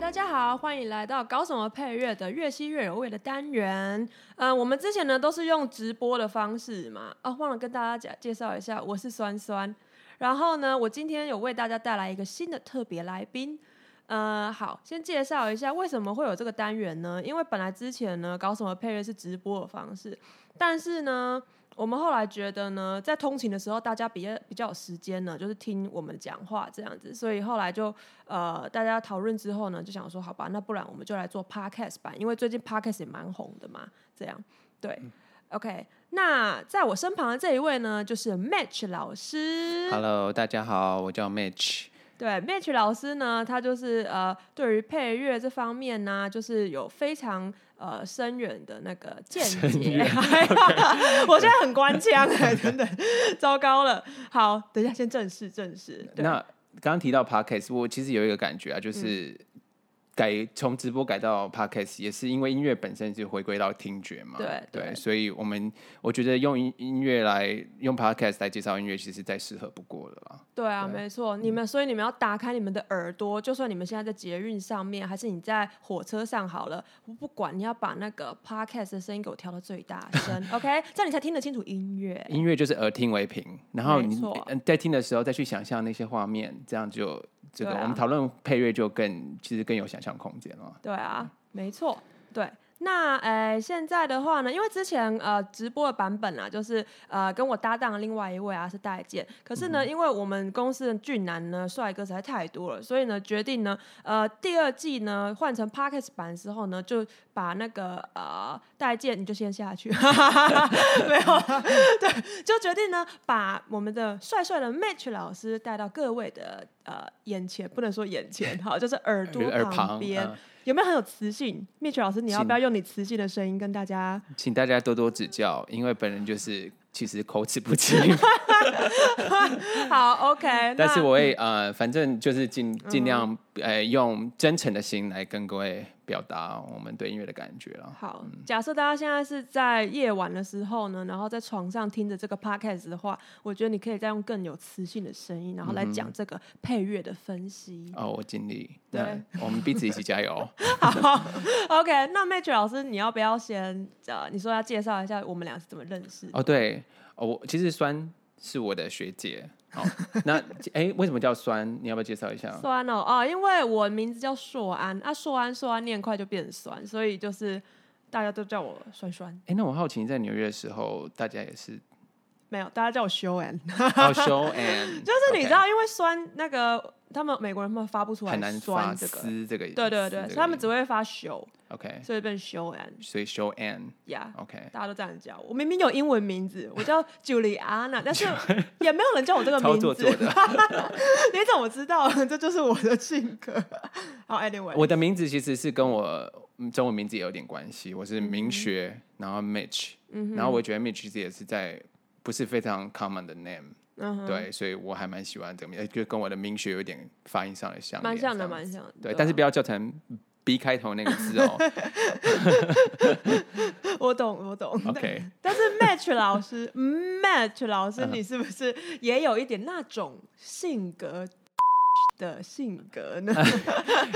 大家好，欢迎来到搞什么配乐的越吸越有味的单元。嗯，我们之前呢都是用直播的方式嘛，啊，忘了跟大家介介绍一下，我是酸酸。然后呢，我今天有为大家带来一个新的特别来宾。呃，好，先介绍一下为什么会有这个单元呢？因为本来之前呢，搞什么配乐是直播的方式，但是呢，我们后来觉得呢，在通勤的时候，大家比较比较有时间呢，就是听我们讲话这样子，所以后来就呃，大家讨论之后呢，就想说，好吧，那不然我们就来做 podcast 版，因为最近 podcast 也蛮红的嘛，这样对。OK，那在我身旁的这一位呢，就是 Match 老师。 Hello，大家好，我叫 Match。对，Match 老师呢，他就是呃，对于配乐这方面呢、就是有非常呃深远的那个见 解。我现在很官腔哎，真的，糟糕了。好，等一下先正式正式。对那刚刚提到 Podcast，我其实有一个感觉啊，就是改从直播改到 Podcast，也是因为音乐本身是回归到听觉嘛。对对所以我们我觉得用音音乐来用 Podcast 来介绍音乐，其实再适合不过了啦。对啊，没错，你们所以你们要打开你们的耳朵，就算你们现在在捷运上面，还是你在火车上好了，我不管，你要把那个 podcast 的声音给我调到最大声 ，OK，这样你才听得清楚音乐。音乐就是耳听为凭，然后没你错嗯在听的时候再去想象那些画面，这样就这个、对啊我们讨论配乐就更其实更有想象空间了。对啊，没错，对。那呃，现在的话呢，因为之前呃直播的版本啊，就是呃跟我搭档的另外一位啊是戴健，可是呢，因为我们公司的俊男呢帅哥实在太多了，所以呢决定呢呃第二季呢换成 podcast 版之后呢，就把那个呃戴健你就先下去， 没有 啊，对，就决定呢把我们的帅帅的 Match 老师带到各位的呃眼前，不能说眼前， 好，就是耳朵比如耳旁旁，边。嗯有没有很有磁性？蜜雪老师，你要请不要用你磁性的声音跟大家？ 请大家多多指教，因为本人就是其实口齿不清，好，OK 那。 嗯但是我会呃，反正就是尽尽量呃用真诚的心来跟各位表达我们对音乐的感觉了。好，假设大家现在是在夜晚的时候呢，然后在床上听着这嗯个 podcast 的话，我觉得你可以再用更有磁性的声音，然后来讲这个配乐的分析。哦，我尽力，对那我们彼此一起加油。好，OK。那 Match 老师，你要不要先呃，你说要介绍一下我们俩是怎么认识？哦，对，哦，我其实酸是我的学姐。好，那哎、为什么叫酸？你要不要介绍一下？酸哦，哦，因为我名字叫硕安，啊，硕安硕安念快就变酸，所以就是大家都叫我酸酸。哎、那我好奇，你在纽约的时候，大家也是没有，大家叫我修安。哦，show and 就是你 OK，知道，因为酸那个他们美国人他们发不出来很难发酸这个，丝这个，对对丝对，这所个以他们音只会发修， OK，所以变修 and 所以 show and 呀。 OK，大家都这样叫我，我明明有英文名字，我 叫 Juliana，但是也没有人叫我这个操名作字。 做的。你怎么知道？这就是我的性格。好，Anyway，我的名字其实是跟我嗯中文名字也有点关系，我是嗯明学，然后 Mitch，、然后我觉得 Mitch 其实也是在不是非常 common 的 name，、嗯哼，对，所以我还蛮喜欢这个名，呃就跟我的明学有点发音上的相蛮连像这的，样蛮像的。对，啊但是不要叫成 B 开头那个字 哦我懂，我懂。 ，OK， 但是 Match 老师嗯，Match 老嗯师，你是不是也有一点那种性格的性格 呢？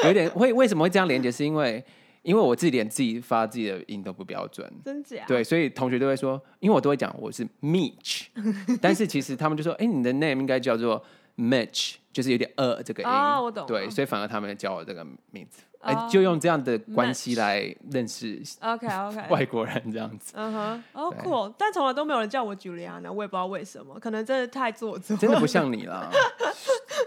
有点会为什么会这样连接，是因为因为我自己连自己发自己的音都不标准，真假？对，所以同学都会说，因为我都会讲我是 Mitch，但是其实他们就说，哎、你的 name 应该叫做 Mitch，就是有点呃这个音。啊我懂了对，所以反而他们叫我这个名字，哎、哦就用这样的关系 Mitch 来认识 OK OK，外国人这样子。嗯哼，哦对 cool，但从来都没有人叫我 Juliana，我也不知道为什么，可能真的太做作。真的不像你 啦。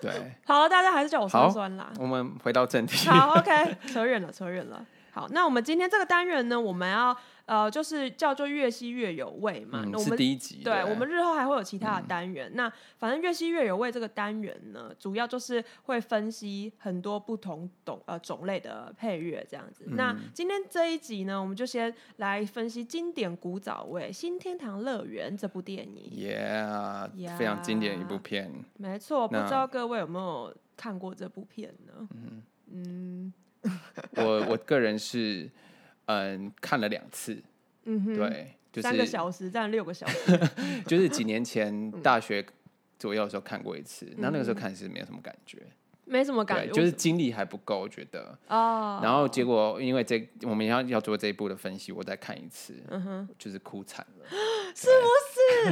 对，好了，大家还是叫我酸好酸啦。我们回到正题。好 OK，扯 远了，扯远了。好，那我们今天这个单元呢，我们要呃，就是叫做越吸越有味嘛。那嗯，我是们第一集。嗯对，我们日后还会有其他的单元。那反正越吸越有味这个单元呢，主要就是会分析很多不同种呃种类的配乐这样子。嗯那今天这一集呢，我们就先来分析经典古早味《新天堂乐园》这部电嗯影。 Yeah，非常经典的一部片。没错，不那知道各位有没有看过这部片呢？嗯我我个人是嗯看了两次，嗯哼，对，就是三个小时占六个小时。嗯就是几年前大学左右的时候看过一次，那那个时候看是没有什么感觉，没什么感对，觉，就是精力还不够，我觉得。哦，然后结果因为这我们要要做这一步的分析，我再看一次，嗯就是哭惨了。 是，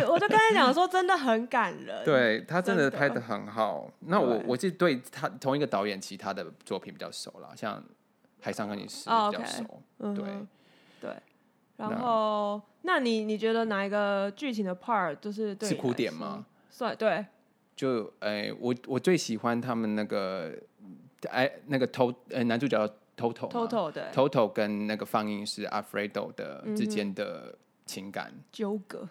我就跟他讲说，真的很感人。，对他真的真的拍的很好。那我对我是对他同一个导演其他的作品比较熟啦，像《海上钢琴师》哦比较，OK 熟。嗯对，哼对。然后，那你你觉得哪一个剧情的 part 就是对是你哭来点说吗？算对，就哎、我我最喜欢他们那个哎、那个头呃男主角头头偷偷的头头跟那个放映师 Alfredo 的之间的情感，纠葛嗯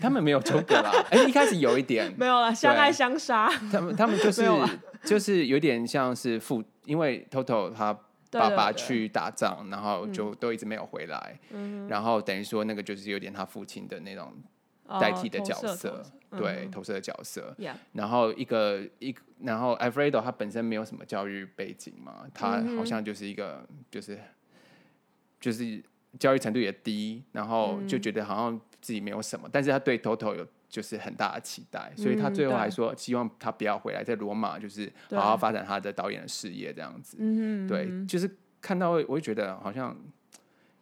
他们没有纠葛啦。 哎、一开始有一点，没有了，相对爱相杀。他们他们就是没有啊就是有点像是父，因为 Toto 他对爸爸对对去打仗，然后啊就都一直没有回来，嗯然后等于说那个就是有点他父亲的那种哦代替的投角射色，投射嗯对投射的角色。 ，Yeah，然后一个一个然后 Alfredo 他本身没有什么教育背景嘛，他好像就是一个就是就是教育程度也低，然后嗯就觉得好像自己没有什么，但是他对 Toto 有就是很大的期待，所以他嗯最后对还说希望他不要回来，在罗马就是对好好发展他的导演的事业这样子。嗯哼，对，就是看到我会觉得好像。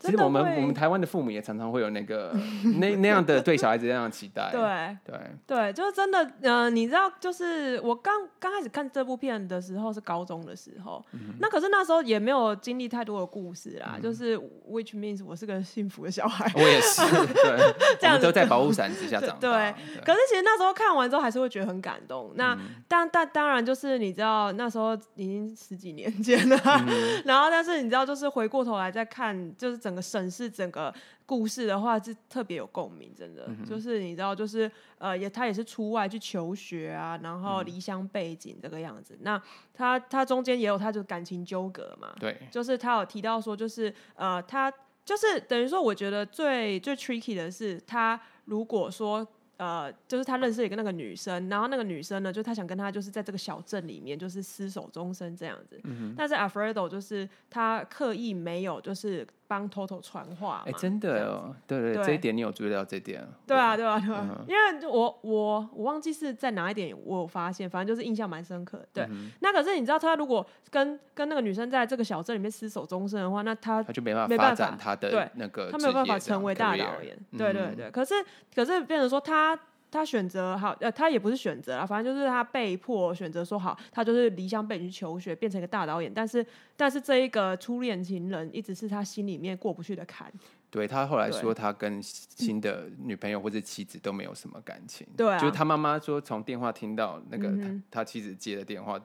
其真实的我们会我们台湾的父母也常常会有那个那那样的对小孩子那样的期 待，对对，对，就是真的，呃，你知道，就是我刚刚开始看这部片的时候是高中的时候，那可是那时候也没有经历太多的故事啦，就是 which means 我是个幸福的小孩，我也是， 对，这我样们子都在保护伞之下长大。对可是其实那时候看完之后还是会觉得很感动。那、但但当然就是你知道那时候已经十几年前了， 然后但是你知道就是回过头来再看，就是整个审视整个故事的话是特别有共鸣，真的、就是你知道就是呃也他也是出外去求学啊，然后离乡背景这个样子。那他他中间也有他就感情纠葛嘛，对，就是他有提到说，就是呃，他就是等于说，我觉得最最 tricky 的是，他如果说呃，就是他认识了一个那个女生，然后那个女生呢，就他想跟他就是在这个小镇里面就是厮守终身这样子，嗯但是 Alfredo 就是他刻意没有就是帮 Toto 传话嘛，哎，真这的样子哦，对对，对这一点你有注意到这一点？对啊，对啊，对嗯啊，因为我我我忘记是在哪一点我有发现，反正就是印象蛮深刻的。嗯对，那可是你知道，他如果跟跟那个女生在这个小镇里面厮守终身的话，那他他就没办法没发办法展他的对那个，他没有办法成为大导。演。嗯对对对，可是可是变成说他他选择好，呃，他也不是选择啊，反正就是他被迫选择说好，他就是离乡背景去求学，变成一个大导演。但是但是这一个初恋情人一直是他心里面过不去的坎。对他后来对说，他跟新的女朋友或者妻子都没有什么感情。对啊就是他妈妈说，从电话听到那个嗯他哼嗯他妻子接的电话，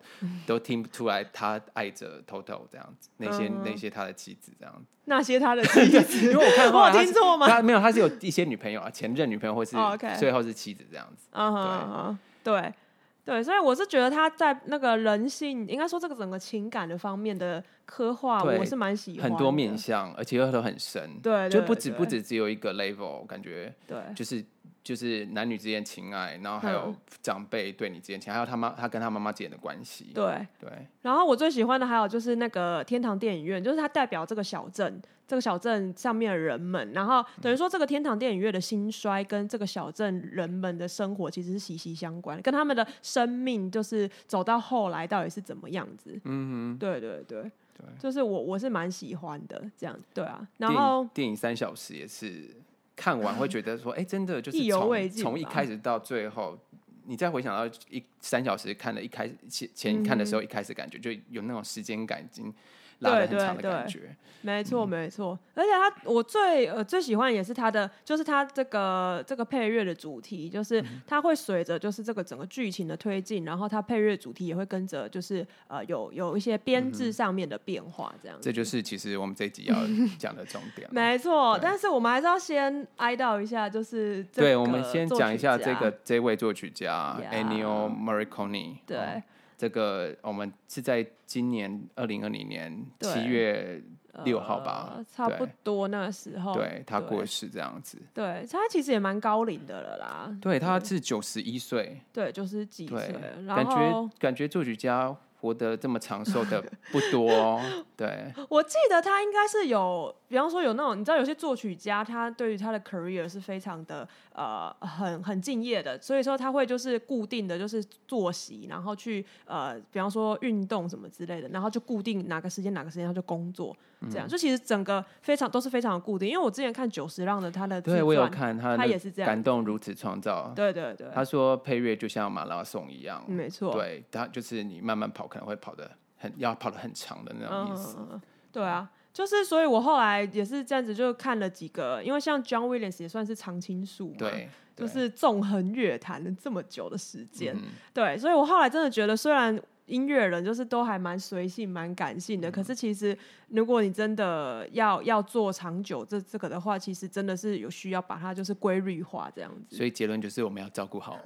都听不出来他爱着 Toto 这样子，那些嗯那些他的妻子这样子。那些他的妻 子，因为我看后 我来有他听是错吗？他没有，他是有一些女朋友啊，前任女朋友或是哦，OK 最后是妻子这样子。嗯哼嗯哼，对对，所以我是觉得他在那个人性，应该说这个整个情感的方面的刻画，对我是蛮喜欢很的多面向，而且又都很深，对就对不止对不止只有一个 level，感觉对就是就是男女之间情爱，然后还有嗯长辈对你之间情爱，还有他妈他跟他妈妈之间的关系，对。对然后我最喜欢的还有就是那个天堂电影院，就是它代表这个小镇，这个小镇上面的人们，然后等于说这个天堂电影院的兴衰跟这个小镇人们的生活其实是息息相关，跟他们的生命就是走到后来到底是怎么样子。嗯对对对，就是我我是蛮喜欢的这样，对啊。然电后影电影三小时也是看完会觉得说，哎、真的就是意犹未从尽从一吧开始到最后。你再回想到一三小时看的一开始前前看的时候，一开始感觉就有那种时间感已经嗯拉对的很对长的对感觉，没嗯错，没错，而且他我最呃最喜欢也是他的，就是他这个这个配乐的主题，就是嗯他会随着就是这个整个剧情的推进，然后他配乐主题也会跟着就是呃有有一些编制上面的变化这样子。嗯这就是其实我们这一集 要讲的重点了。没错，对但是我们还是要先哀悼一下，就是这对，个我们先作讲一曲下家这个这位作曲家 Yeah Ennio Morricone。对哦这个我们是在今年二零二零年对七月六号吧呃，差不对多那个时候，对他对过世这样子。对他其实也蛮高龄的了啦，对，他是九十一岁，对，就是几岁对了，，然感后觉感觉作曲家活得这么长寿的不多哦、 对，我记得他应该是有，比方说有那种，你知道有些作曲家，他对于他的 career 是非常的呃很很敬业的，所以说他会就是固定的就是作息，然后去呃，比方说运动什么之类的，然后就固定哪个时间哪个时间他就工作，这嗯样、就其实整个非常都是非常固定。因为我之前看九十让的他的自对我有传，看他的他那也个是这样感动如此创造。对对对，他说配乐就像马拉松一样，没错，对，他就是你慢慢跑可能会跑得很要跑得很长的那种意思。嗯，对啊，就是所以我后来也是这样子，就看了几个，因为像 John Williams 也算是常青树嘛，，对，就对是纵横乐坛了这么久的时间，嗯对，所以我后来真的觉得，虽然音乐人就是都还蛮随性、蛮感性嗯的，可是其实如果你真的要要做长久这这个的话，其实真的是有需要把它就是规律化这样子。所以结论就是我们要照 顾好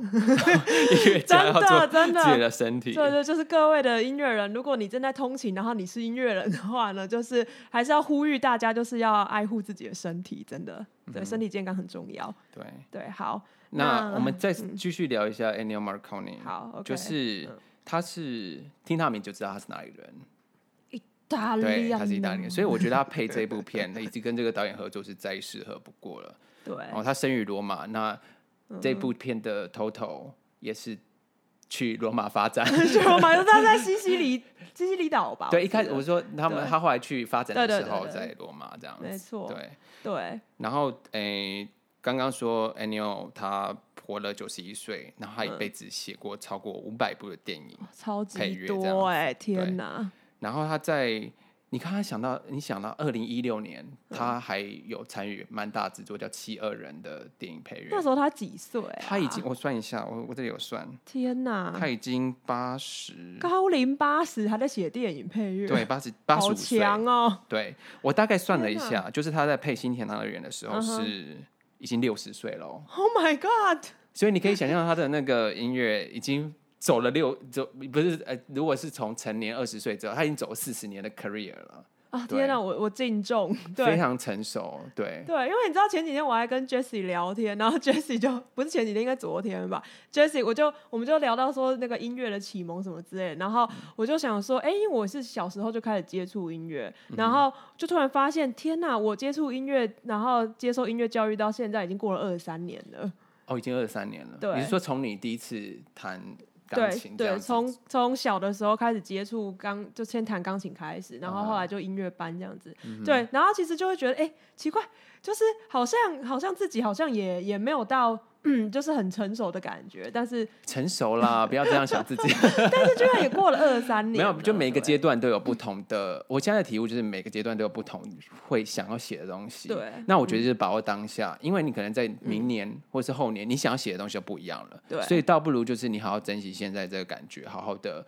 音乐家，真要的做真的自己的身体。对对，就是各位的音乐人，如果你正在通勤，然后你是音乐人的话呢，就是还是要呼吁大家，就是要爱护自己的身体，真的，嗯对，身体健康很重要。对，对，好，那那我们再继续聊一下 Ennio Marconi。嗯好，OK，嗯就是他是听他名就知道他是哪里人，大力对，啊，他是意大利人，所以我觉得他配这部 片，以及跟这个导演合作是再适合不过了。对，然哦后他生于罗马，那嗯这部片的头头也是去罗马 发展。就我马上他在西西里，西西里岛吧？对，一记开始得我说他们，对他后来去发展对的对时对候对在罗马这样子，没错对，对，然后诶，刚刚说 Anio 他活了九十一岁，然后嗯他一辈子写过超过五百部的电影，超配级乐这样子多哎，天哪，然后他在你刚刚想到，你想到二零一六年，嗯他还有参与蛮大制作叫《七二人》的电影配乐那时。候他几岁啊？他已经，我算一下，我我这里有算，天哪他，已经八十，高龄八十还在写电影配乐，对，，八十八十好五岁。强哦，对我大概算了一天下，就是他在配《新天堂乐园》的时候嗯哼是已经六十岁了哦。 ！Oh my god！所以你可以想象他的那个音乐已经走了六走不是呃，如果是从成年二十岁之后，他已经走了四十年的 career 了，啊，对天哪，我我敬重，非对常成熟。对，对，因为你知道前几天我还跟 Jessie 聊天，然后 Jessie 就不是前几天，应该昨天吧，Jessie 我就我们就聊到说那个音乐的启蒙什么之类的，然后我就想说，哎、因为我是小时候就开始接触音乐，然后就突然发现，天哪，我接触音乐，然后接受音乐教育到现在已经过了二十三年了，哦，已经二十三年了。对你是说从你第一次弹钢对琴这样对，子从从小的时候开始接触钢，就先弹钢琴开始，然后啊后来就音乐班这样子。嗯对，然后其实就会觉得，哎、奇怪，就是好像好像自己好像也也没有到，嗯，就是很成熟的感觉，但是成熟啦，不要这样想自己。但是居然也过了二三年没了，有，就每个对阶段都有不同的。 我现在的体悟就是每个阶段都有不同会想要写的东西。对嗯那我觉得就是把握当下，因为你可能在明年或是后年，你想要写的东西就不一样了。对。所以倒不如就是你好好珍惜现在这个感觉，好好的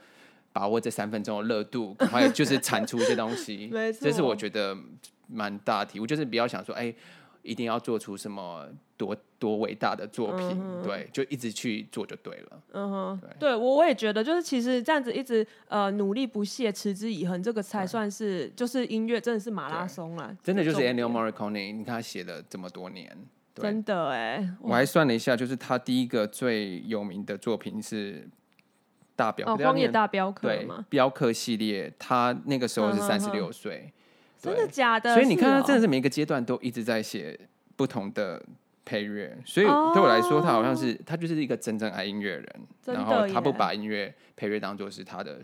把握这三分钟的热度，赶快就是产出一些东 西没错这是我觉得蛮大的体悟，就是不要想说，哎，一定要做出什么多多伟大的作品，对，就一直去做就对了。嗯哼，对我我也觉得，就是其实这样子一直呃努力不懈、持之以恒，这个才算是就是音乐真的是马拉松啦，真的就是重点 Ennio Morricone，你看他写了这么多年。对。真的哎、我还算了一下，就是他第一个最有名的作品是《大表》哦，不要荒野念大镖客对嘛，镖客系列，他那个时候是嗯嗯嗯三十六岁，真的假的？所以你看他是哦真的是每个阶段都一直在写不同的配乐，所以哦对我来说，他好像是他就是一个真正爱音乐人，真的然后耶他不把音乐配乐当做是他的。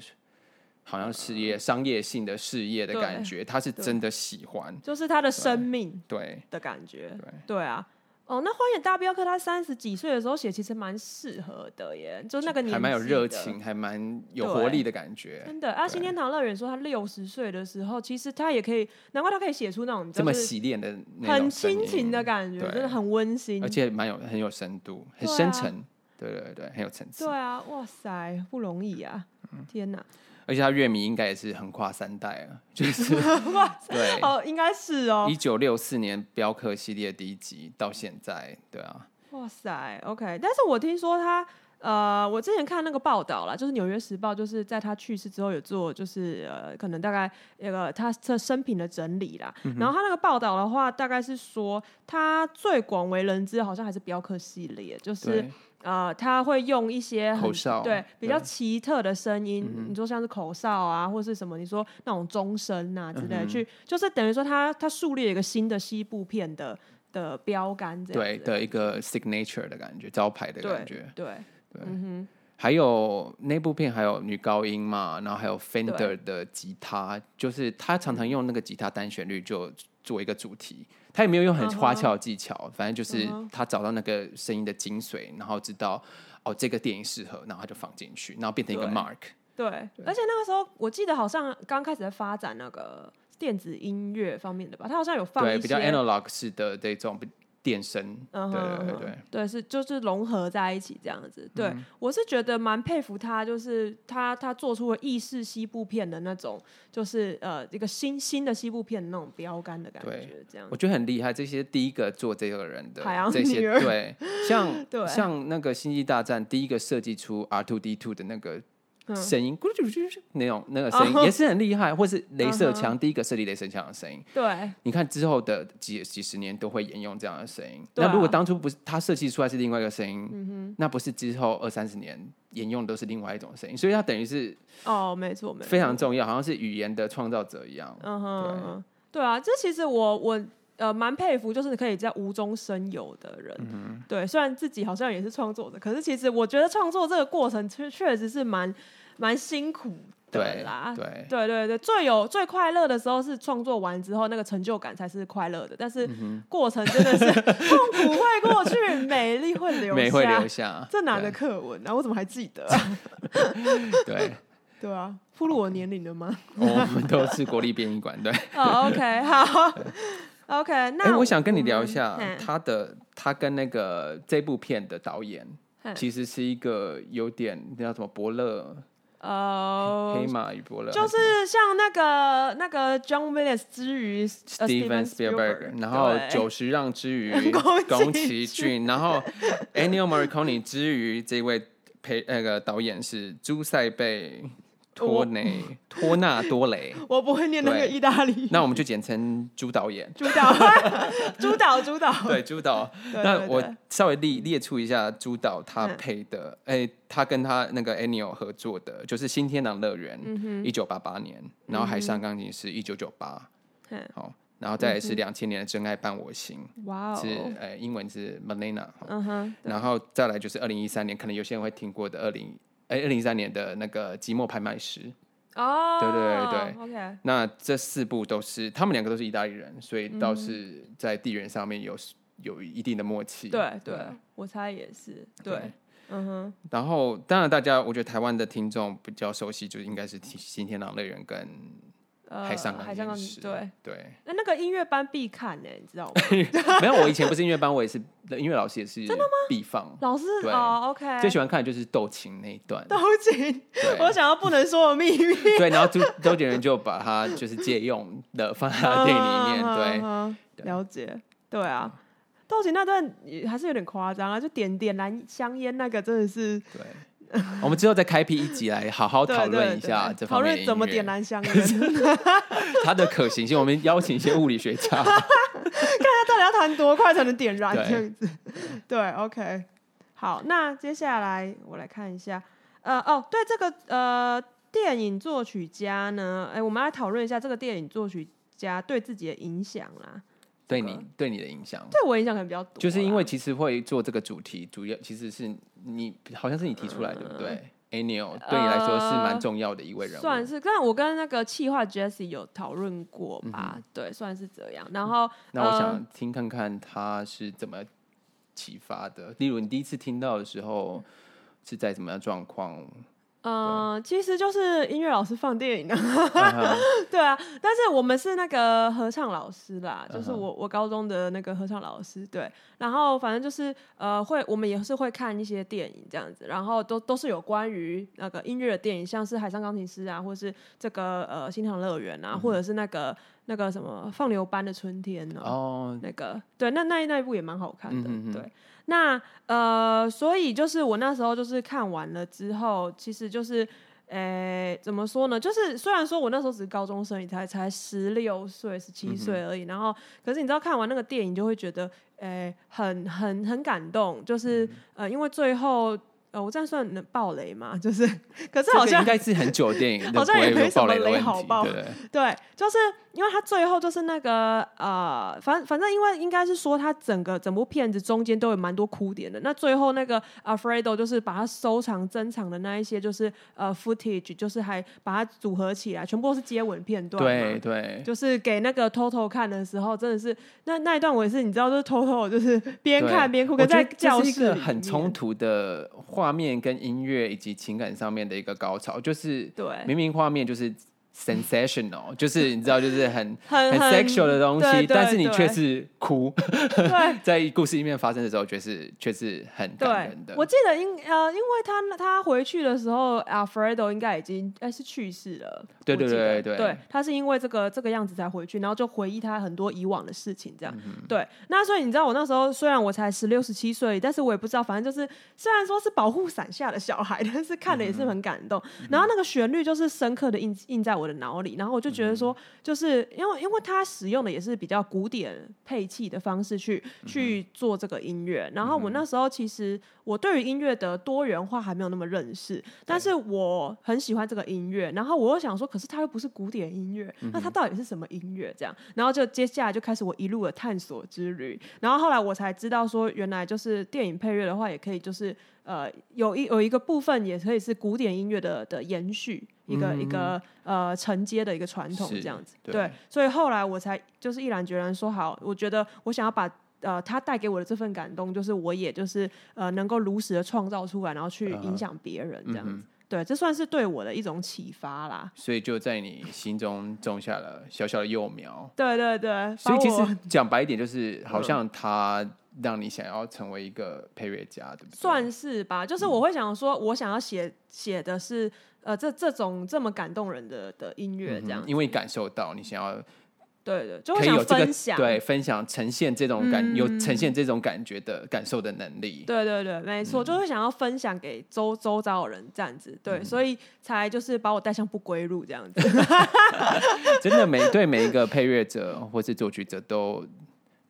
好像事业、商业性的事业嗯的对感觉，他是对真的喜欢，就是他的生命对的感觉。对。对啊，哦，那《荒野大镖客》他三十几岁的时候写，其实蛮适合的耶，就那个年纪还蛮有热的。情，还蛮有活力的感觉。真的，啊，对新天堂乐园说他六十岁的时候，其实他也可以，难怪他可以写出那种这么就是洗练的那很种声亲情音的感觉，对真的很温馨而。且蛮有很有深度，很对啊深沉，对对对，很有层次对。啊，哇塞，不容易啊！嗯天哪，而且他乐迷应该也是横跨三代啊， 就是对，哦，应该是哦一，九六四年镖客系列第一集到现在，对啊，哇塞，OK，但是我听说他，呃，我之前看那个报道啦，就是《纽约时报》，就是在他去世之后有做，就是呃，可能大概那个他这生平的整理啦。嗯然后他那个报道的话，大概是说他最广为人知好像还是镖客系列，就是对，呃，他会用一些很口哨对比较奇特的声音，嗯哼你说像是口哨啊，或是什么，你说那种钟声呐之类的，嗯哼去就是等于说他他树立了一个新的西部片的的标杆，这对样子。的一个 signature 的感觉，招牌的感觉。对，对嗯还有那部片还有女高音嘛，然后还有 Fender 的吉他，就是他常常用那个吉他单旋律就做一个主题，他也没有用很嗯哼花俏的技巧反正就是嗯哼他找到那个声音的精髓，然后知道哦这个电影适合，然后他就放进去，然后变成一个对 mark。哼，对，而且那个时候我记得好像刚开始在发展那个电子音乐方面的吧，他好像有放一对，些比较 analog 式的这种电声，嗯对哼对嗯对嗯哼对，是就是融合在一起这样子。对、我是觉得蛮佩服他，就是他他做出了意式西部片的那种，就是呃一个新新的西部片的那种标杆的感觉，这样我。觉得很厉害。这些第一个做这个人的海洋这些女儿 对，像对像那个《星际大战》第一个设计出 R two D two 的那个嗯声音，咕噜咕噜咕噜咕噜那种那个声音、哦也是很厉害，或是镭射嗯哼枪、第一个设计镭射枪的声音。对你看之后的几几十年都会沿用这样的声音。对啊嗯那如果当初不是他设计出来是另外一个声音，那不是之后二三十年沿用都是另外一种声音，所以它等于是哦，没错没错，非常重要，好像是语言的创造者一样。嗯哼嗯哼，对啊，这其实我我呃蛮佩服，就是可以在无中生有的人。嗯对，虽然自己好像也是创作者，可是其实我觉得创作这个过程确确实是蛮蛮辛苦的对啦。对对对对，最有最快乐的时候是创作完之后，那个成就感才是快乐的。但是嗯过程真的是 痛苦会过去，美丽会留下。美会留下。这哪对个课文啊？我怎么还记得、啊？对，对啊，暴露我年龄了 吗？我们都是国立编译馆。对，哦、o k 好 ，OK 那。哎、我想跟你聊一下嗯他的，他跟那个这部片的导演，嗯其实是一个有点那叫什么伯乐，呃黑，马与伯乐，就还什么是像那个那个 John Williams 之于呃 Steven Spielberg，然后对九十让之于 宫崎宫崎骏，然后 Ennio Morricone 之于这位陪呃那个导演是朱塞贝托内哦托纳多雷， 我不会念那个对意大利，那我们就简称朱导演。主导 主导主导，对，朱导。 对那对对我稍微列列出一下朱导他嗯配的，哎、他跟他那个 Anio 合作的，就是《新天堂乐园》嗯一九八八年，然后《海上钢琴师》一九九八，嗯好，然后再来是两千年的《真爱伴我心》哇是哦，呃英文是 Melina，好嗯哼，然后再来就是二零一三年，可能有些人会听过的二零哎二零一三年的那个《寂寞拍卖师》。哦，对对对，OK，那这四部都是他们两个都是意大利人，所以嗯倒是在地缘上面有有一定的默契。对对，我猜也是，对对，嗯哼，然后，当然，大家我觉得台湾的听众比较熟悉，就应该是《新天堂乐园》跟呃， 《海上海钢上琴钢琴，》师对，对 那那个音乐班必看欸呢，你知道吗？没有，我以前不是音乐班，我也是音乐老师，也是真的吗？必放老师对哦，OK，最喜欢看的就是斗琴那一段，都行，我对想要不能说的秘密，对，然后周周杰伦就把它就是借用的放在他啊的 电影里面，面，对，对啊了解，对啊。斗琴那段也还是有点夸张啊，就点点燃香烟那个真的是对对。我们之后再开辟一集来好好对讨论对一下对这讨方面的论音怎么点乐，燃 香烟， 看它的可行性。我们邀请一些物理学家， 他到底要弹多快才能点燃对这样子。 对，OK，好，那接下来我来看一下，呃，哦，对这个呃电影作曲家呢，哎，我们来讨论一下这个电影作曲家对自己的影响啦，对你对你的影响。对我影响可能比较多啦，啊就是因为其实会做这个主题，主要其实是你好像是你提出来，对嗯不对？Anil 对你来说是蛮重要的一位人物，呃算是，但我跟那个气化 Jesse 有讨论过吧，嗯对，算是这样。然后，那我呃想听看看他是怎么启发的。例如你第一次听到的时候是在怎么样状况？嗯、其实就是音乐老师放电影啊，啊哈 对啊，但是我们是那个合唱老师啦，就是嗯哼我我高中的那个合唱老师，对。然后反正就是呃，会我们也是会看一些电影这样子，然后都都是有关于那个音乐的电影，像是《海上钢琴师》啊，或是这个呃《新塘乐园》啊，嗯或者是那个那个什么《放牛班的春天》啊呢、哦，那个对，那那那一部也蛮好看的。嗯哼哼对，那呃，所以就是我那时候就是看完了之后，其实就是。诶、怎么说呢？就是虽然说我那时候只是高中嗯生，才才十六岁、十七岁而已，然后可是你知道看完那个电影，就会觉得诶、很很很感动，就是、嗯呃，因为最后呃，我这样算能爆雷吗？就是， 可是好这个像应该是很久的电影， 好像也不会有没什么雷的雷问好题爆对不对？对，就是因为他最后就是那个呃，反反正因为应该是说他整个整部片子中间都有蛮多哭点的。那最后那个 Alfredo 就是把他收藏珍藏的那一些就是呃 footage，就是还把它组合起来，全部都是接吻片段。对。对，就是给那个 Toto 看的时候，真的是那那一段我也是，你知道，就是 Toto 就是边看边哭，我跟觉在得教这是室一个里很面冲突的画面跟音乐以及情感上面的一个高潮，就是对，明明画面就是 sensational，就是你知道，就是很 很很 sexual 的东对西，对但是你却对是哭，对，在故事里面发生的时候，却是却是很感人的。我记得因呃，因为他他回去的时候，Alfredo 应该已经哎、是去世了。对我记对得对对对，他是因为这个这个样子才回去，然后就回忆他很多以往的事情，这样。嗯对，那所以你知道，我那时候虽然我才十六十七岁，但是我也不知道，反正就是虽然说是保护伞下的小孩，但是看的嗯也是很感动。然后那个旋律就是深刻的印印在我的脑里，然后我就觉得嗯说，就是因为因为他使用的也是比较古典配器的方式去去做这个音乐，然后我那时候其实我对于音乐的多元化还没有那么认识，但是我很喜欢这个音乐，然后我又想说，可是它又不是古典音乐，那它到底是什么音乐？这样，然后就接下来就开始我一路的探索之旅，然后后来我才知道说，原来就是电影配乐的话，也可以就是呃，有一有一个部分也可以是古典音乐的的延续，一个、一个呃承接的一个传统嗯是这样子。对所以后来我才就是毅然决然说好，我觉得我想要把。呃，他带给我的这份感动，就是我也就是呃，能够如实的创造出来，然后去嗯哼影响别人这样嗯子。对，这算是对我的一种启发啦。所以就在你心中种下了小小的幼苗。对对对，所以把其我嗯实讲白一点，就是好像他让你想要成为一个配乐家，对不对？算是吧，嗯就是我会想说，我想要写写的是呃，这这种这么感动人的的音乐这样嗯，因为你感受到你想要对对，就可会以想有这个分享，啊嗯对分享呈现这种感、有呈现这种感觉的感受的能力。对对对，没错，嗯就会想要分享给周周遭的人这样子，对，所以才就是把我带向不归路这样子， 真的每对每一个配乐者或是作曲者都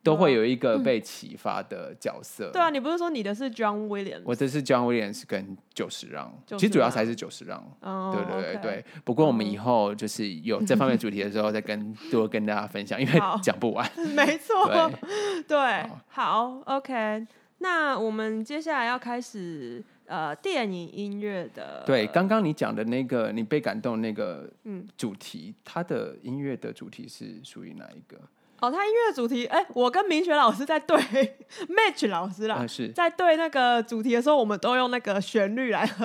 都会有一个被启发的角色。嗯对啊，你不是说你的是 John Williams？我这是 John Williams 跟久石让，久其实石主要让还是久石让。哦对对对 OK 嗯对，不过我们以后就是有这方面主题的时候，再跟多跟大家分享，因为好讲不 完。没错，对，对，好，OK，那我们接下来要开始呃电影音乐的，对，刚刚你讲的那个你被感动那个嗯主题，它的音乐的主题是属于哪一个？哦，他音乐主题，哎、我跟明学老师在对 Match 老师啦。啊，是在对那个主题的时候，我们都用那个旋律来哼。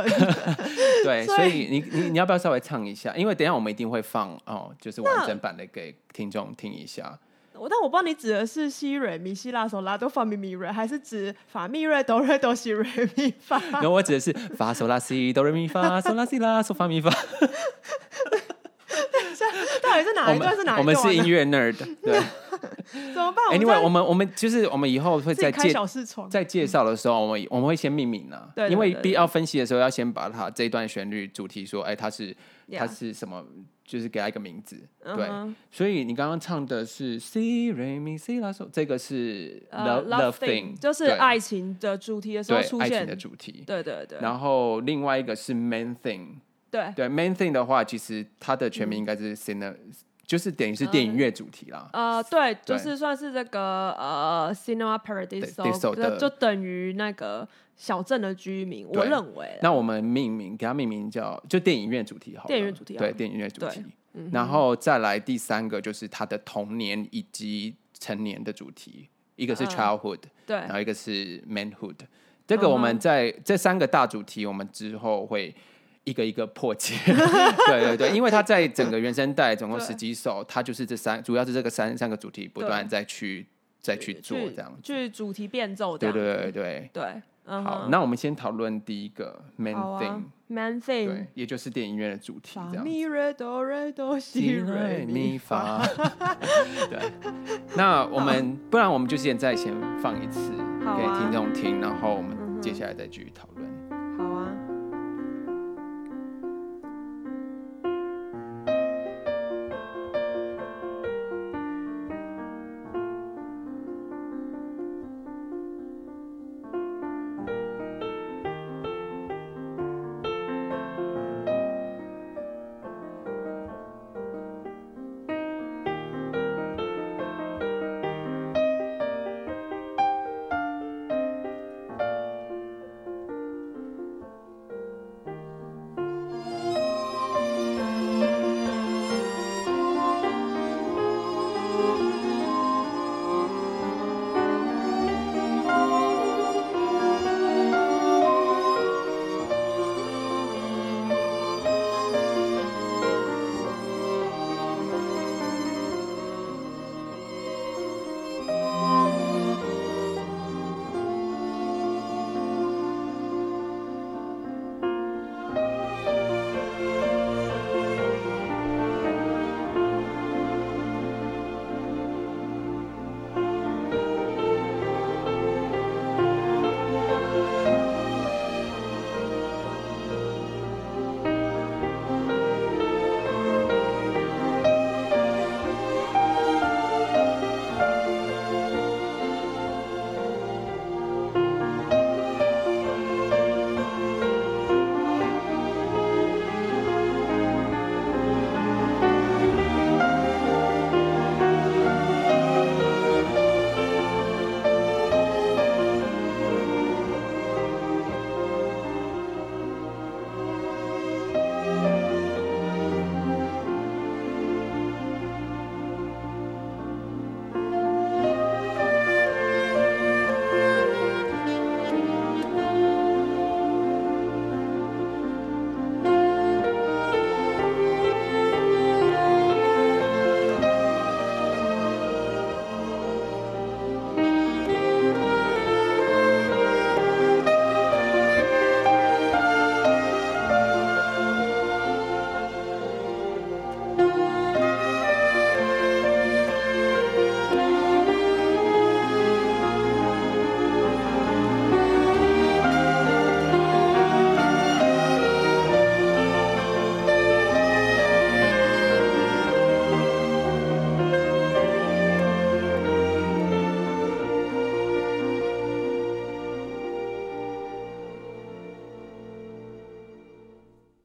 对，所所以你你你要不要稍微唱一下？因为等一下我们一定会放哦，就是完整版的给听众听一下。我但我不知道你指的是西瑞米西拉手拉多法咪咪瑞，还是指法咪瑞哆瑞哆西瑞咪法？ 然后我指的是发嗦拉西哆来咪发嗦拉西拉嗦发咪发，到底是我哪一段们是哪一段、啊？我们是音乐 nerd。对怎么办？ ，Anyway，我我们们我们就是我们以后会自己再开介小视窗。在介绍的时候，我们我们会先命名啦，对对因为对对必要分析的时候，要先把它这一段旋律主题说，哎，它是 Yeah 它是什么，就是给它一个名字。对嗯哼，所以你刚刚唱的是 C Re Mi C La So，这个是呃 Love ，Love Thing， Thing 就是对爱情的主题的时候对出爱现情的。主题。对对对然后另外一个是 Main Thing，对，对 Main Thing 的话，其实它的全名嗯应该是 Cine，、就是等于是电影乐主题啦。呃，对，就对是算是这个呃，Cinema 对 Paradiso， ，Paradiso 就的就等于那个小镇的居民，我对认为啦。那我们命名给它命名叫就电影院主题好了，电影院主题好对了电影院主对嗯题，然后再来第三个就是他的童年以及成年的主题，一个是嗯 childhood，、对然，后一个是 manhood，这哦个我们在、这三个大主题我们之后会。一个一个 破解，对对对，因为他在整个原声带总共对十几首，他就是这三，主要是这个三三个主题不对断再去再去做去这样，去主题变奏这对样。对对对。对，嗯好，哼，那我们先讨论第一个 main 好 thing，、啊，Man 对 Thing，，也就是电影院的主题法这样。咪瑞哆瑞哆西西瑞瑞咪咪法。 发，对。那我们不然我们就现在先放一次好给啊听众听，然后我们哼接下来再继续讨论。好啊。嗯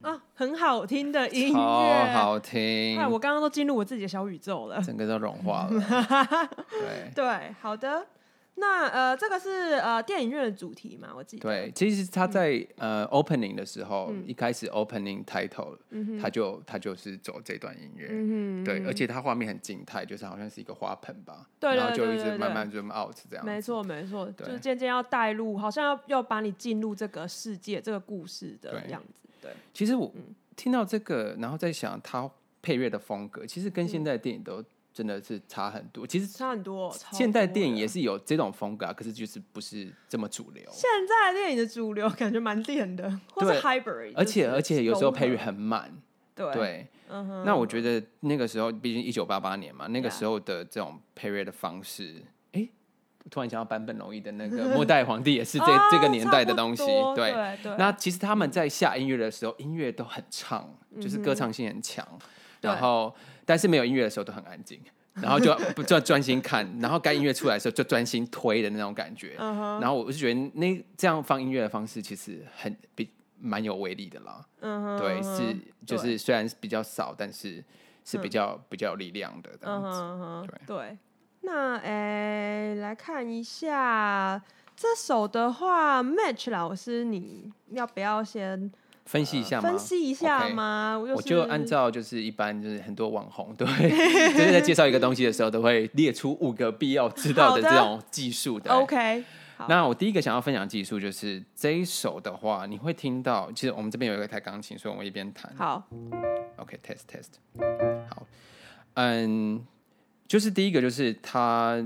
啊很好听的音超乐。好听哎，，我刚刚都进入我自己的小宇宙了。整个都融化了。对对，好的。那呃，这个是呃电影院的主题嘛？我记得。对，其实他在、呃 opening 的时候，嗯一开始 opening title，、他就他就是走这段音乐。嗯哼，对，而且它画面很静态，就是好像是一个花盆吧，对然后对就对一对直对慢慢 zoom out 这样。没，错没错，对就是渐渐要带入，好像要要把你进入这个世界、这个故事的对样子。对，其实我嗯听到这个，然后在想它配乐的风格，其实跟嗯现在的电影都真的是差很多。其实差很多。超现代多电影的也是有这种风格、啊，可是就是不是这么主流。现在电影的主流感觉蛮电的，或对是 hybrid，而就且是而且有时候融合配乐很满，对对，嗯哼，那我觉得那个时候，毕竟一九八八年嘛，那个 Yeah 时候的这种配乐的方式，诶，突然想到坂本龙一的那个 《末代皇帝》也是这、啊这个年代的差不东西，多对。对 对。那其实他们在下音乐的时候，音乐都很唱，嗯就是歌唱性很强，对然后但是没有音乐的时候都很安静，然后就不就专心看，然后该音乐出来的时候就专心推的那种感觉。嗯哼，然后我就觉得那这样放音乐的方式其实很比蛮有威力的啦。嗯哼，对，嗯哼是就对是虽然是比较少，但是是比较、比较有力量的这嗯样哼子。嗯哼，对。那诶、来看一下这首的话，Match 老师，你要不要先分析一下吗？分析一下 OK 吗？我我是就按照就是一般就是很多网红都会 就是在介绍一个东西的时候，都会列出五个必要知道好的的这种技术的。 OK，那我第一个想要分享的技术就是这一首的话，你会听到，其实我们这边有一个台钢琴，所以我一边弹。好， OK test test，好，嗯，就是第一个就是它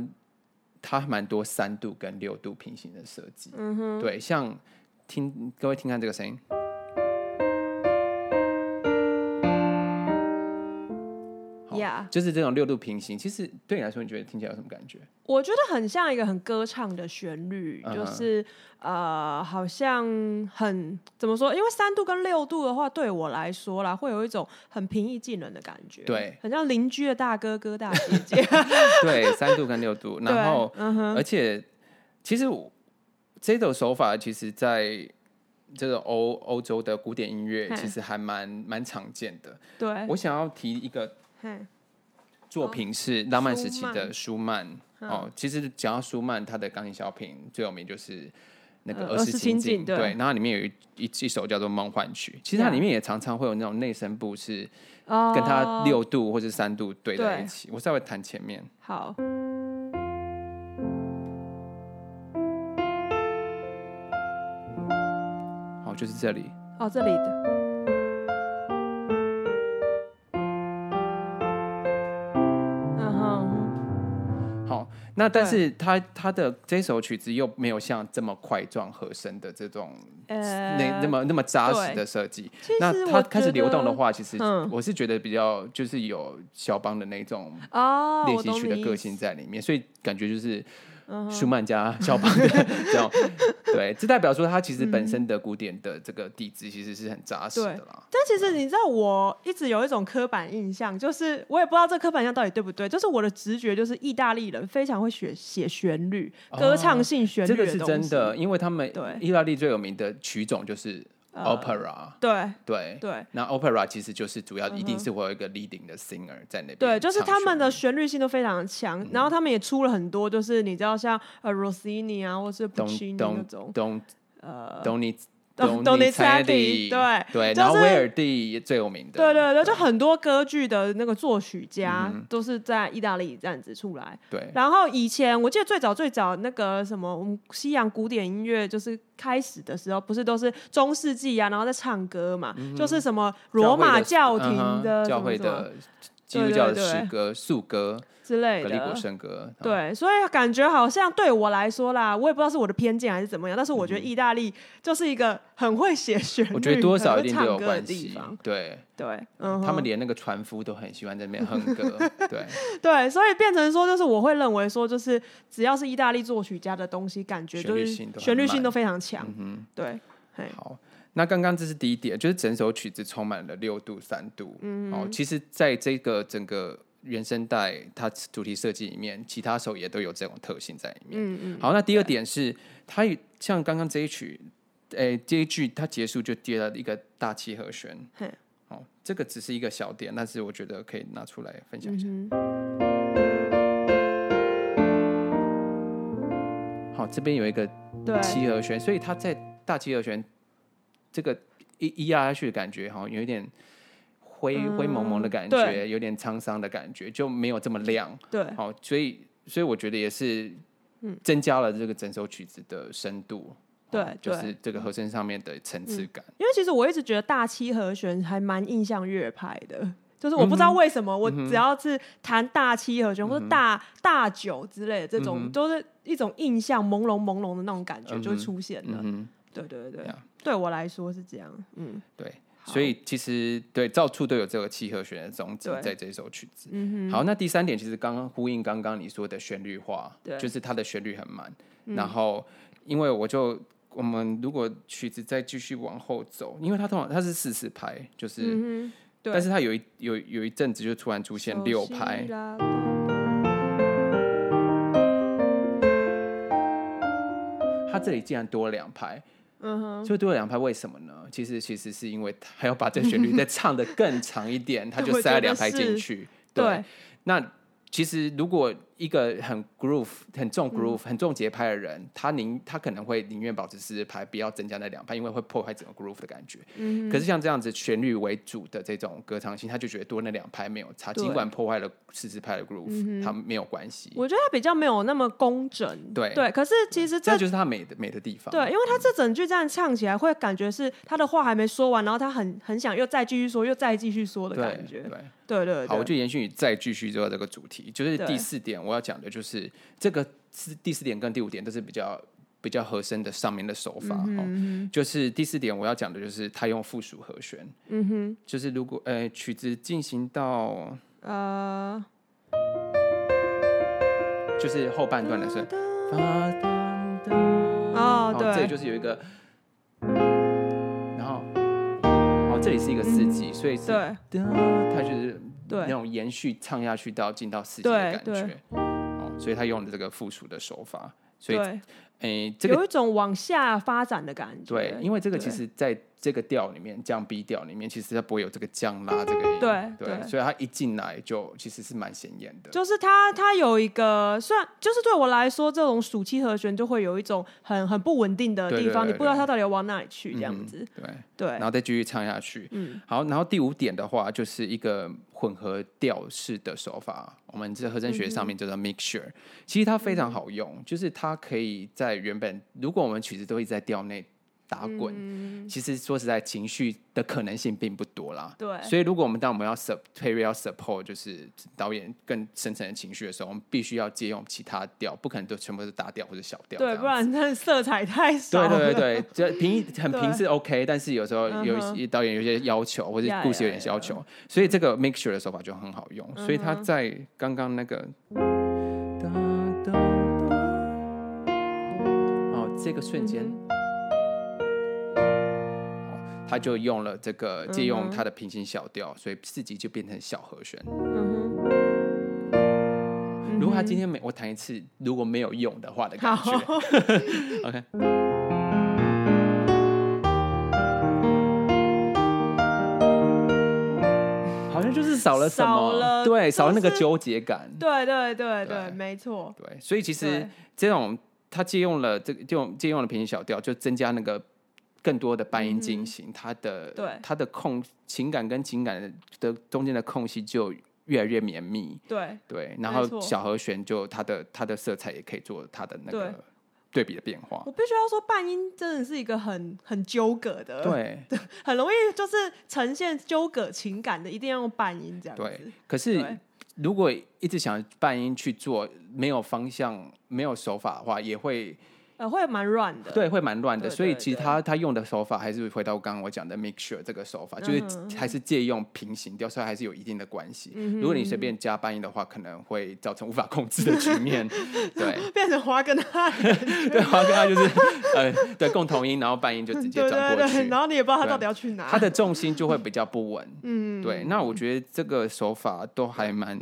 它蛮多三度跟六度平行的设计，嗯哼，对，像听各位听看这个声音，好 Yeah 就是这种六度平行，其实对你来说，你觉得听起来有什么感觉？我觉得很像一个很歌唱的旋律，嗯哼就是呃，好像很怎么说？因为三度跟六度的话，对我来说啦，会有一种很平易近人的感觉，对，很像邻居的大哥哥、大姐姐， 对，三度跟六度，对然后，嗯哼，而且其实我这种手法，其实在这个欧欧洲的古典音乐嘿哎其实还蛮蛮常见的。对，我想要提一个嘿作品是浪漫时期哦舒嗯曼的舒曼哦，其实讲到舒曼，他的钢琴小品最有名就是那个呃《俄二式十情景情景》对对，然后里面有一一一首叫做《梦幻曲》，其实它 Yeah 里面也常常会有那种内声部是哦跟它六度或者三度对在对一起。我稍微弹前面，好，哦，就是这里，哦，这里的，嗯哼，好，那对但是他他的这首曲子又没有像这么块状和声的这种呃，嗯那那么那么扎实对的设计呃其。那实它我开始觉流动的得话，其实嗯我是觉得比较就是有肖邦的那种哦，练我习懂曲的你个意性思，在里面，所以感觉就是嗯舒曼加肖邦的 这 种。对，这代表说他其实本身的古典的这个底子其实是很扎实嗯对的啦。但其实你知道，我一直有一种刻板印象，就是我也不知道这刻板印象到底对不对，就是我的直觉就是意大利人非常会写写旋律、歌唱性旋律哦的这个是东真西的，，因为他们对意大利最有名的曲种就是呃 opera，对对。对那 opera 其实就是主要一定嗯哼是会有一个 leading 的 singer 在那边唱旋律，嗯对，就是他们的旋律性都非常强，然后他们也出了很多，就是你知道像呃 Rossini 啊，或是 Puccini Don 那 Don 种， Don 呃， Doni Don- Donizetti，对对，就然后是威尔第也最有名的，对对对，就很多歌剧的那个作曲家嗯都是在意大利这样子出来。对然后以前我记得最早最早那个什么，我们西洋古典音乐就是开始的时候，不是都是中世纪啊，然后在唱歌嘛，就是什么罗马教廷的、什嗯哼嗯教么会什么的基督教的对对对诗歌、素歌、之类格里古的。圣歌，嗯，对，所以感觉好像对我来说啦，我也不知道是我的偏见还是怎么样，但是我觉得意大利就是一个很会写旋律、嗯我觉得多少很一会定都有唱歌的关地系方。，对对，嗯哼，他们连那个船夫都很喜欢在那边哼歌， 对，对，所以变成说，就是我会认为说，就是只要是意大利作曲家的东西，感觉就旋律是性都很旋律性满都非常强。嗯对，嘿哼，好。那刚刚这是第一点，就是整首曲子充满了六度、三度。嗯，哦，其实在这个整个原声带它主题设计里面，其他首也都有这种特性在里面。嗯嗯，好，那第二点是，它也像刚刚这一曲，诶、这一句它结束就接了一个大七和弦嘿，哦，这个只是一个小点，但是我觉得可以拿出来分享一下。嗯嗯好，这边有一个哼，对，七和弦，所以它在大七和弦这个一一压下去的感觉，哈，有一点灰灰蒙蒙的感觉，嗯对有点沧桑的感觉，就没有这么亮。对，嗯好，所以所以我觉得也是，增加了这个整首曲子的深度。对哦就对是这个和声上面的层次感。因为其实我一直觉得大七和弦还蛮印象乐派的，就是我不知嗯道为什么，我只要是弹大七和弦、或者大大九之类的这种，都是一种印象朦胧朦胧的那种感觉嗯嗯哼就会出现的。嗯对对对 Yeah 对我来说是这样。嗯哼，对，好所以其实对到处都有这个七和弦的踪迹对在这一首曲子。嗯好，那第三点其实刚刚呼应刚刚你说的旋律化对，嗯就是它的旋律很慢。然后，因为我就我们如果曲子再继续往后走，因为它通常它是四四拍，就是，嗯哼，对但是它有一有有一阵子就突然出现六拍，它这里竟然多了两拍，嗯哼，就多了两拍，为什么呢？其实其实是因为还要把这旋律再唱的更长一点，它就我觉塞了得两拍进是去。 对，那其实如果一个很 groove、很重嗯 groove、很重节拍的人，他宁他可能会宁愿保持四十拍，不要增加那两拍，因为会破坏整个 groove 的感觉。嗯可是像这样子旋律为主的这种歌唱性，他就觉得多那两拍没有差，对嗯尽管破坏了四十拍的 groove，、他没有关系。我觉得它比较没有那么工整。对对，可是其实这这就是他美的美的地方。对，因为他这整句这样唱起来，会感觉是他的话还没说完，然后他很很想又再继续说，又再继续说的对感觉。对。对对好，我对，就延续你再继续做这个主题，就是对第四点我要讲的就是这个是第四点跟第五点都是比较比较和声的上面的手法哈、嗯哦，就是第四点我要讲的就是他用附属和弦，嗯哼，就是如果呃曲子进行到呃，就是后半段的时候，哦哦，这里对，就是有一个，然后哦这里是一个四级，所以是嗯对它就是那对种延续唱下去到进到四级的感对觉对，哦，所以他用的这个附属的手法，所以对，诶，这个有一种往下发展的感觉。对，因为这个其对实在这个调里面，降 B 调里面，其实它不会有这个降拉这个音，对对，对所以它一进来就其实是蛮显眼的，就是它，它有一个，虽然就是对我来说，这种暑期和弦就会有一种很很不稳定的对地对方，对你不知道对它到底要往哪里去，这样嗯子。对，对然，后再继续唱下去，嗯，好，然后第五点的话，就是一个混合调式的手法，我们这和声学嗯上面叫做 mixture，、其实它非常好用，就是它可以在原本如果我们曲子都一直在调内打滚，嗯其实说实在，情绪的可能性并不多啦。对所以如果我们当我们要 sup 配乐要 support 就是导演更深层的情绪的时候，我们必须要借用其他调，不可能都全部都是大调或者小调这样对，子，不然它的色彩太少对了。对对对，这平很对平是 OK，但是有时候有一嗯些导演有一些要求，或者呀故事有呀嗯点要求，所以这个 mixture 的手法就很好用。所以他在刚刚那个，哦，这个瞬间。嗯哦他就用了这个，借用他的平行小调，所以四级就变成小和弦。嗯哼，如果他今天天没我弹一次，如果没有用的话的感觉，好， OK。好像就是少了什么，少了对，就是少了那个纠结感，对对对对，对没错，对，所以其实对这种他借用了这个借用借用了平行小调，就增加那个更多的半音进行，它的嗯对它的空情感跟情感的的中间的空隙就越来越绵密，对对，然没后错小和弦就它的它的色彩也可以做它的那对个对比的变化我，必须要说，半音真的是一个很很纠葛的，，对。很容易就是呈现纠葛情感的，一定要用半音这样对子，，可是对如果一直想半音去做，没有方向、没有手法的话，也会呃，会蛮乱的，对会蛮乱的。对所以对其实对他他用的手法还是回到刚刚我讲的 mixture 这个手法，就嗯哼嗯是还是借用平行调，所以还是有一定的关系。如果你随便加半音的话，可能会造成无法控制的局 面。对。 变成华跟 他，对对，我要跟他就是呃，对共同音，然后半音就直接对转过去对，。然后你也不知道他对啊到底要去哪它，的 重心就会比较不稳。嗯，对。那我觉得这个手法都还蛮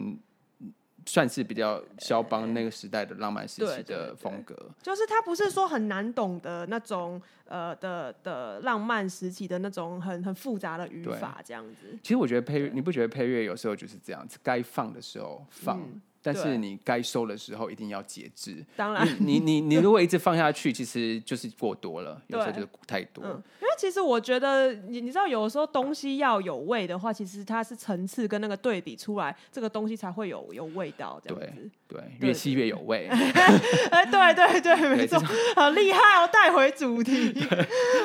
算是比较肖邦那个时代的浪漫时期对对的对风格。就是它不是说很难懂的那种呃的的浪漫时期的那种很很复杂的语对法这样子。其实我觉得配乐，你不觉得配乐有时候就是这样子，该放的时候放，嗯但是对你该收的时候一定要节制。当然，你你你如果一直放下去，其实就是过多了，有时候对就是太多。嗯因为其实我觉得你你知道，有的时候东西要有味的话，其实它是层次跟那个对比出来，这个东西才会有有味道这样子。对对，越吸越有味。哎，对对对，没 对错，好厉害哦，带回主题。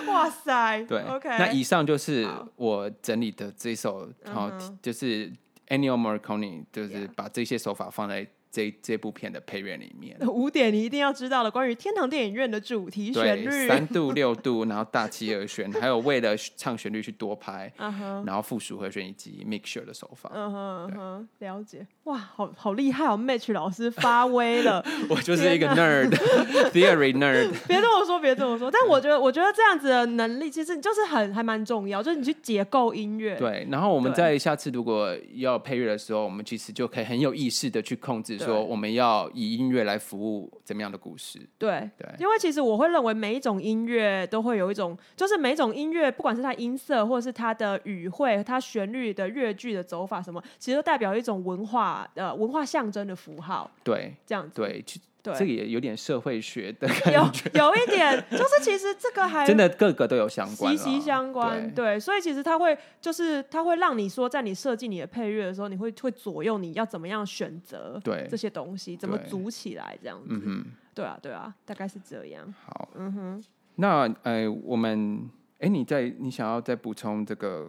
哇塞，对，OK，那以上就是好我整理的这首，然后嗯哼就是 Ennio Morricone，就是 Yeah 把这些手法放在这这部片的配乐里面。五点你一定要知道的关于天堂电影院的主题旋对，律。三 度六度，然后大气二旋，还有为了唱旋律去多拍，啊哈，然后附属和弦以及 mixture 的手法。嗯哼嗯哼，了解。哇，好好厉害哦，Match 老师发威了。 我就是一个 nerd，theory nerd。别这么说，别这么说。但我觉得，我觉得这样子的能力，其实就是很还蛮重要，就是你去解构音乐。对，然后我们对在下次如果要配乐的时候，我们其实就可以很有意识的去控制，对说我们要以音乐来服务怎么样的故事。对对因为其实我会认为每一种音乐都会有一种，就是每一种音乐，不管是它音色，或者是它的语汇、它旋律的乐句的走法什么，其实都代表一种文化呃文化象征的符号，对这样子。对，其对，这个也有点社会学的感有 觉，有一点，就是其实这个还真的各个都有相关啊息啦，息相关，对。对，所以其实它会就是它会让你说，在你设计你的配乐的时候，你会会左右你要怎么样选择对这些东西，怎么对组起来这样子。嗯哼，对啊，对啊，大概是这样。好，嗯哼，那呃，我们，哎，你在你想要再补充这个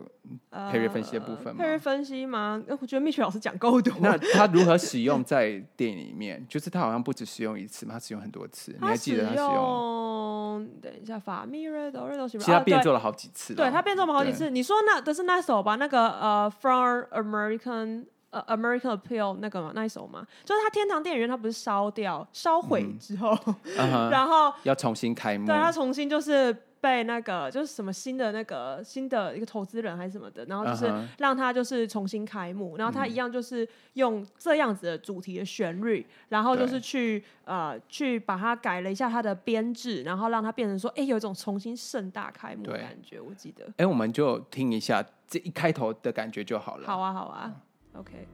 呃配乐分析的部分吗配 乐分析吗？呃我觉得蜜雪老师讲够多。那他如何使用在电影里面？就是他好像不止使用一次嘛，他使用很多次。你他还记得他使使用？用？等一下，法咪瑞哆瑞哆是其吧？实他啊变对奏了好几次了。对他变奏我们好几对次。你说那的是那首吧？那个呃，From American 呃 American Appeal 那个嘛，那一首嘛，就是他天堂电影院，他不是烧掉、烧毁之后，嗯哼 然后要重新开幕。对他重新就是被那个就是什么新的那个新的一个投资人还是什么的，然后就是嗯哼让他就是重新开幕，然后他一样就是用这样子的主题的旋律，然后就是对去呃去把它改了一下它的编制，然后让它变成说，哎，有一种重新盛大开幕的对感觉，我记得。哎、我们就听一下这一开头的感觉就好了。好啊，好啊，OK。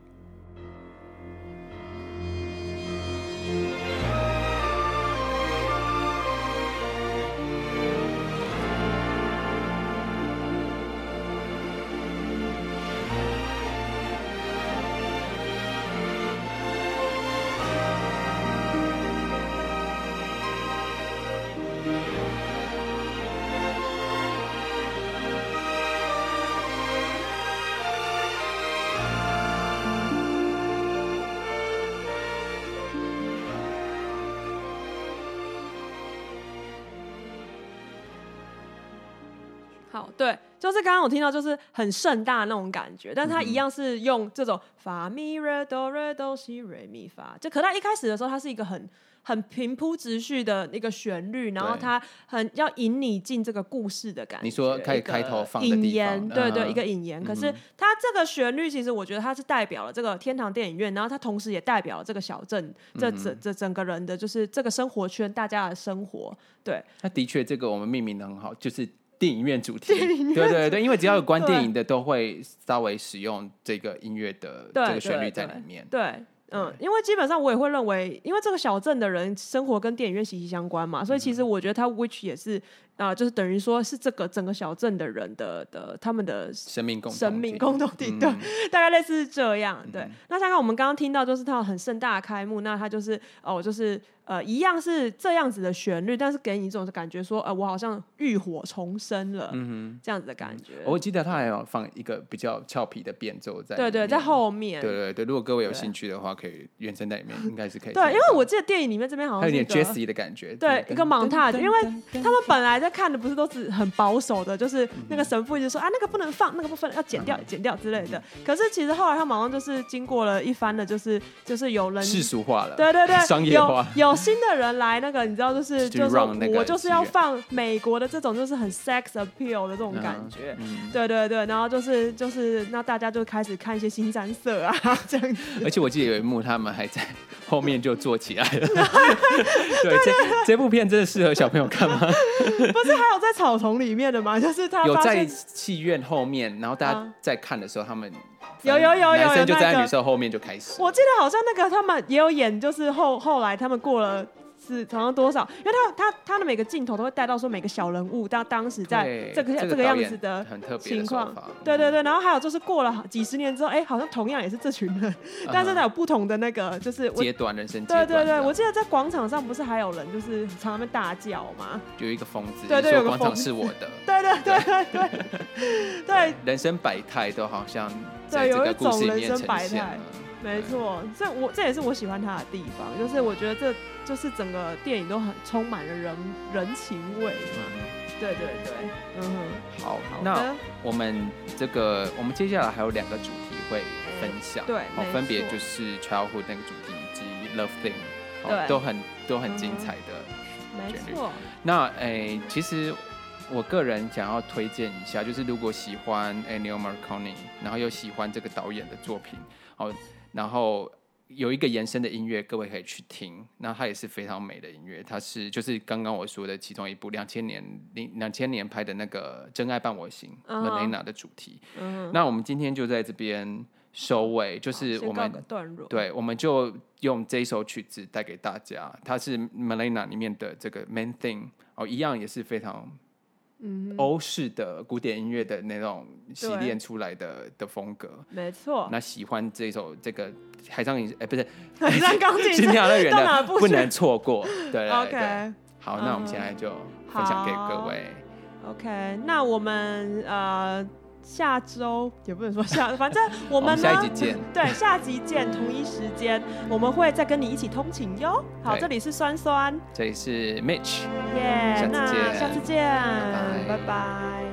好，对，就是刚刚我听到就是很盛大那种感觉，但是嗯它一样是用这种发咪瑞哆瑞哆西瑞咪发，就可它一开始的时候，它是一个很很平铺直叙的一个旋律，然后对它很要引你进这个故事的感觉。你说开一个开头放的地引方言，对嗯对，哼一个引言。可是它这个旋律，其实我觉得它是代表了这个天堂电影院，然后它同时也代表了这个小镇，这嗯整这整个人的就是这个生活圈大家的生活，对。那的确，这个我们命名的很好，就是电影院主题。对对对，因为只要有关电影的，都会稍微使用这个音乐的对这个旋律对在对里面。对，嗯，因为基本上我也会认为，因为这个小镇的人生活跟电影院息息相关嘛，所以嗯其实我觉得他 which 也是啊、就是等于说是这个整个小镇的人的的他们的生命共同生命体嗯共同体，对，大概类似是这样。对，那像刚刚我们刚刚听到，就是它有很盛大的开幕，那它就是哦，就是呃，一样是这样子的旋律，但是给你一种感觉说，呃，我好像浴火重生了，嗯这样子的感觉。我记得他还有放一个比较俏皮的变奏在。对对，在。后面，对对对，如果各位有对兴趣的话，可以原声带里面应该是可以听对，到。因为我记得电影里面这边好它像有是一点个 Jesse 的感觉，对噔嗯一个 montage，因为他们本来在看的不是都是很保守的，就是那个神父一直说啊那个不能放，那个部分要剪掉、剪掉之类的。可是其实后来他马上就是经过了一番的，就是就是有人世俗化了，对对对， 商业化，有有新的人来那个，你知道，就是去就是让那个我就是要资源放美国的这种就是很 sex appeal 的这种感觉。嗯对对对，然后就是就是，那大家就开始看一些新三色啊， 这样 子。而且我记得有一幕，他们还在后面就坐起 来了。对，这这部片真的适合小朋友看吗？不是还有在草丛里面的吗？就是他有发在现戏院后面，然后大嗯家在看的时候，他们有有有有男有生就那站个在女生后面就开始。我记得好像那个他们也有演，就是后后来他们过了是好像多少，因为他他他的每个镜头都会带到说每个小人物，他当时在对这个这这个导样演子的很特别情的手况法。。对对对，然后还有就是过了好几十年之后，哎、好像同样也是这群人，嗯，但是呢他有不同的那个，就是我。嗯阶段人生阶对段这对样，对，我记得在广场上不是还有人就是常常在大叫吗？有一个疯子，对对有说个广疯场子是我的。对对对对对 对，人生百态都好像在对这有个一故事种里人面生呈百现态了。没错，这我这也是我喜欢他的地方，就是我觉得这就是整个电影都很充满了人人情味嘛。对对对，嗯哼，嗯好，好那的，我们这个，我们接下来还有两个主题会分享，对好没分别错就是 childhood 那个主题以及 love thing，好对都很都很精嗯哼彩的。没旋律错，那诶、其实我个人想要推荐一下，就是如果喜欢 Ennio Morricone，然后又喜欢这个导演的作品，好，然后有一个延伸的音乐，各位可以去听。那它也是非常美的音乐，它是就是刚刚我说的其中一部两千年零两千年拍的那个《真爱伴我行》嗯 m e l e n a 的主题。嗯哼，那我们今天就在这边收尾，就是先我告们个段落，对，我们就用这一首曲子带给大家，它是 Melena 里面的这个 Main Thing 哦，一样也是非常嗯哼，欧式的古典音乐的那种洗对练出来的的风格。没错，那喜欢这首这个海上影哎、不是很像钢《新 琴跳乐园》到哪的，不不去能错过。对对对对，OK 好，那我们嗯现在就分享给各好位。 OK，那我们呃下周也不能说下，反正我 我们呢下一集见。对，下集见，同一时间我们会再跟你一起通勤哟。好，对这里是酸酸。这里是 Mitch。耶下次那见下次见，拜拜拜拜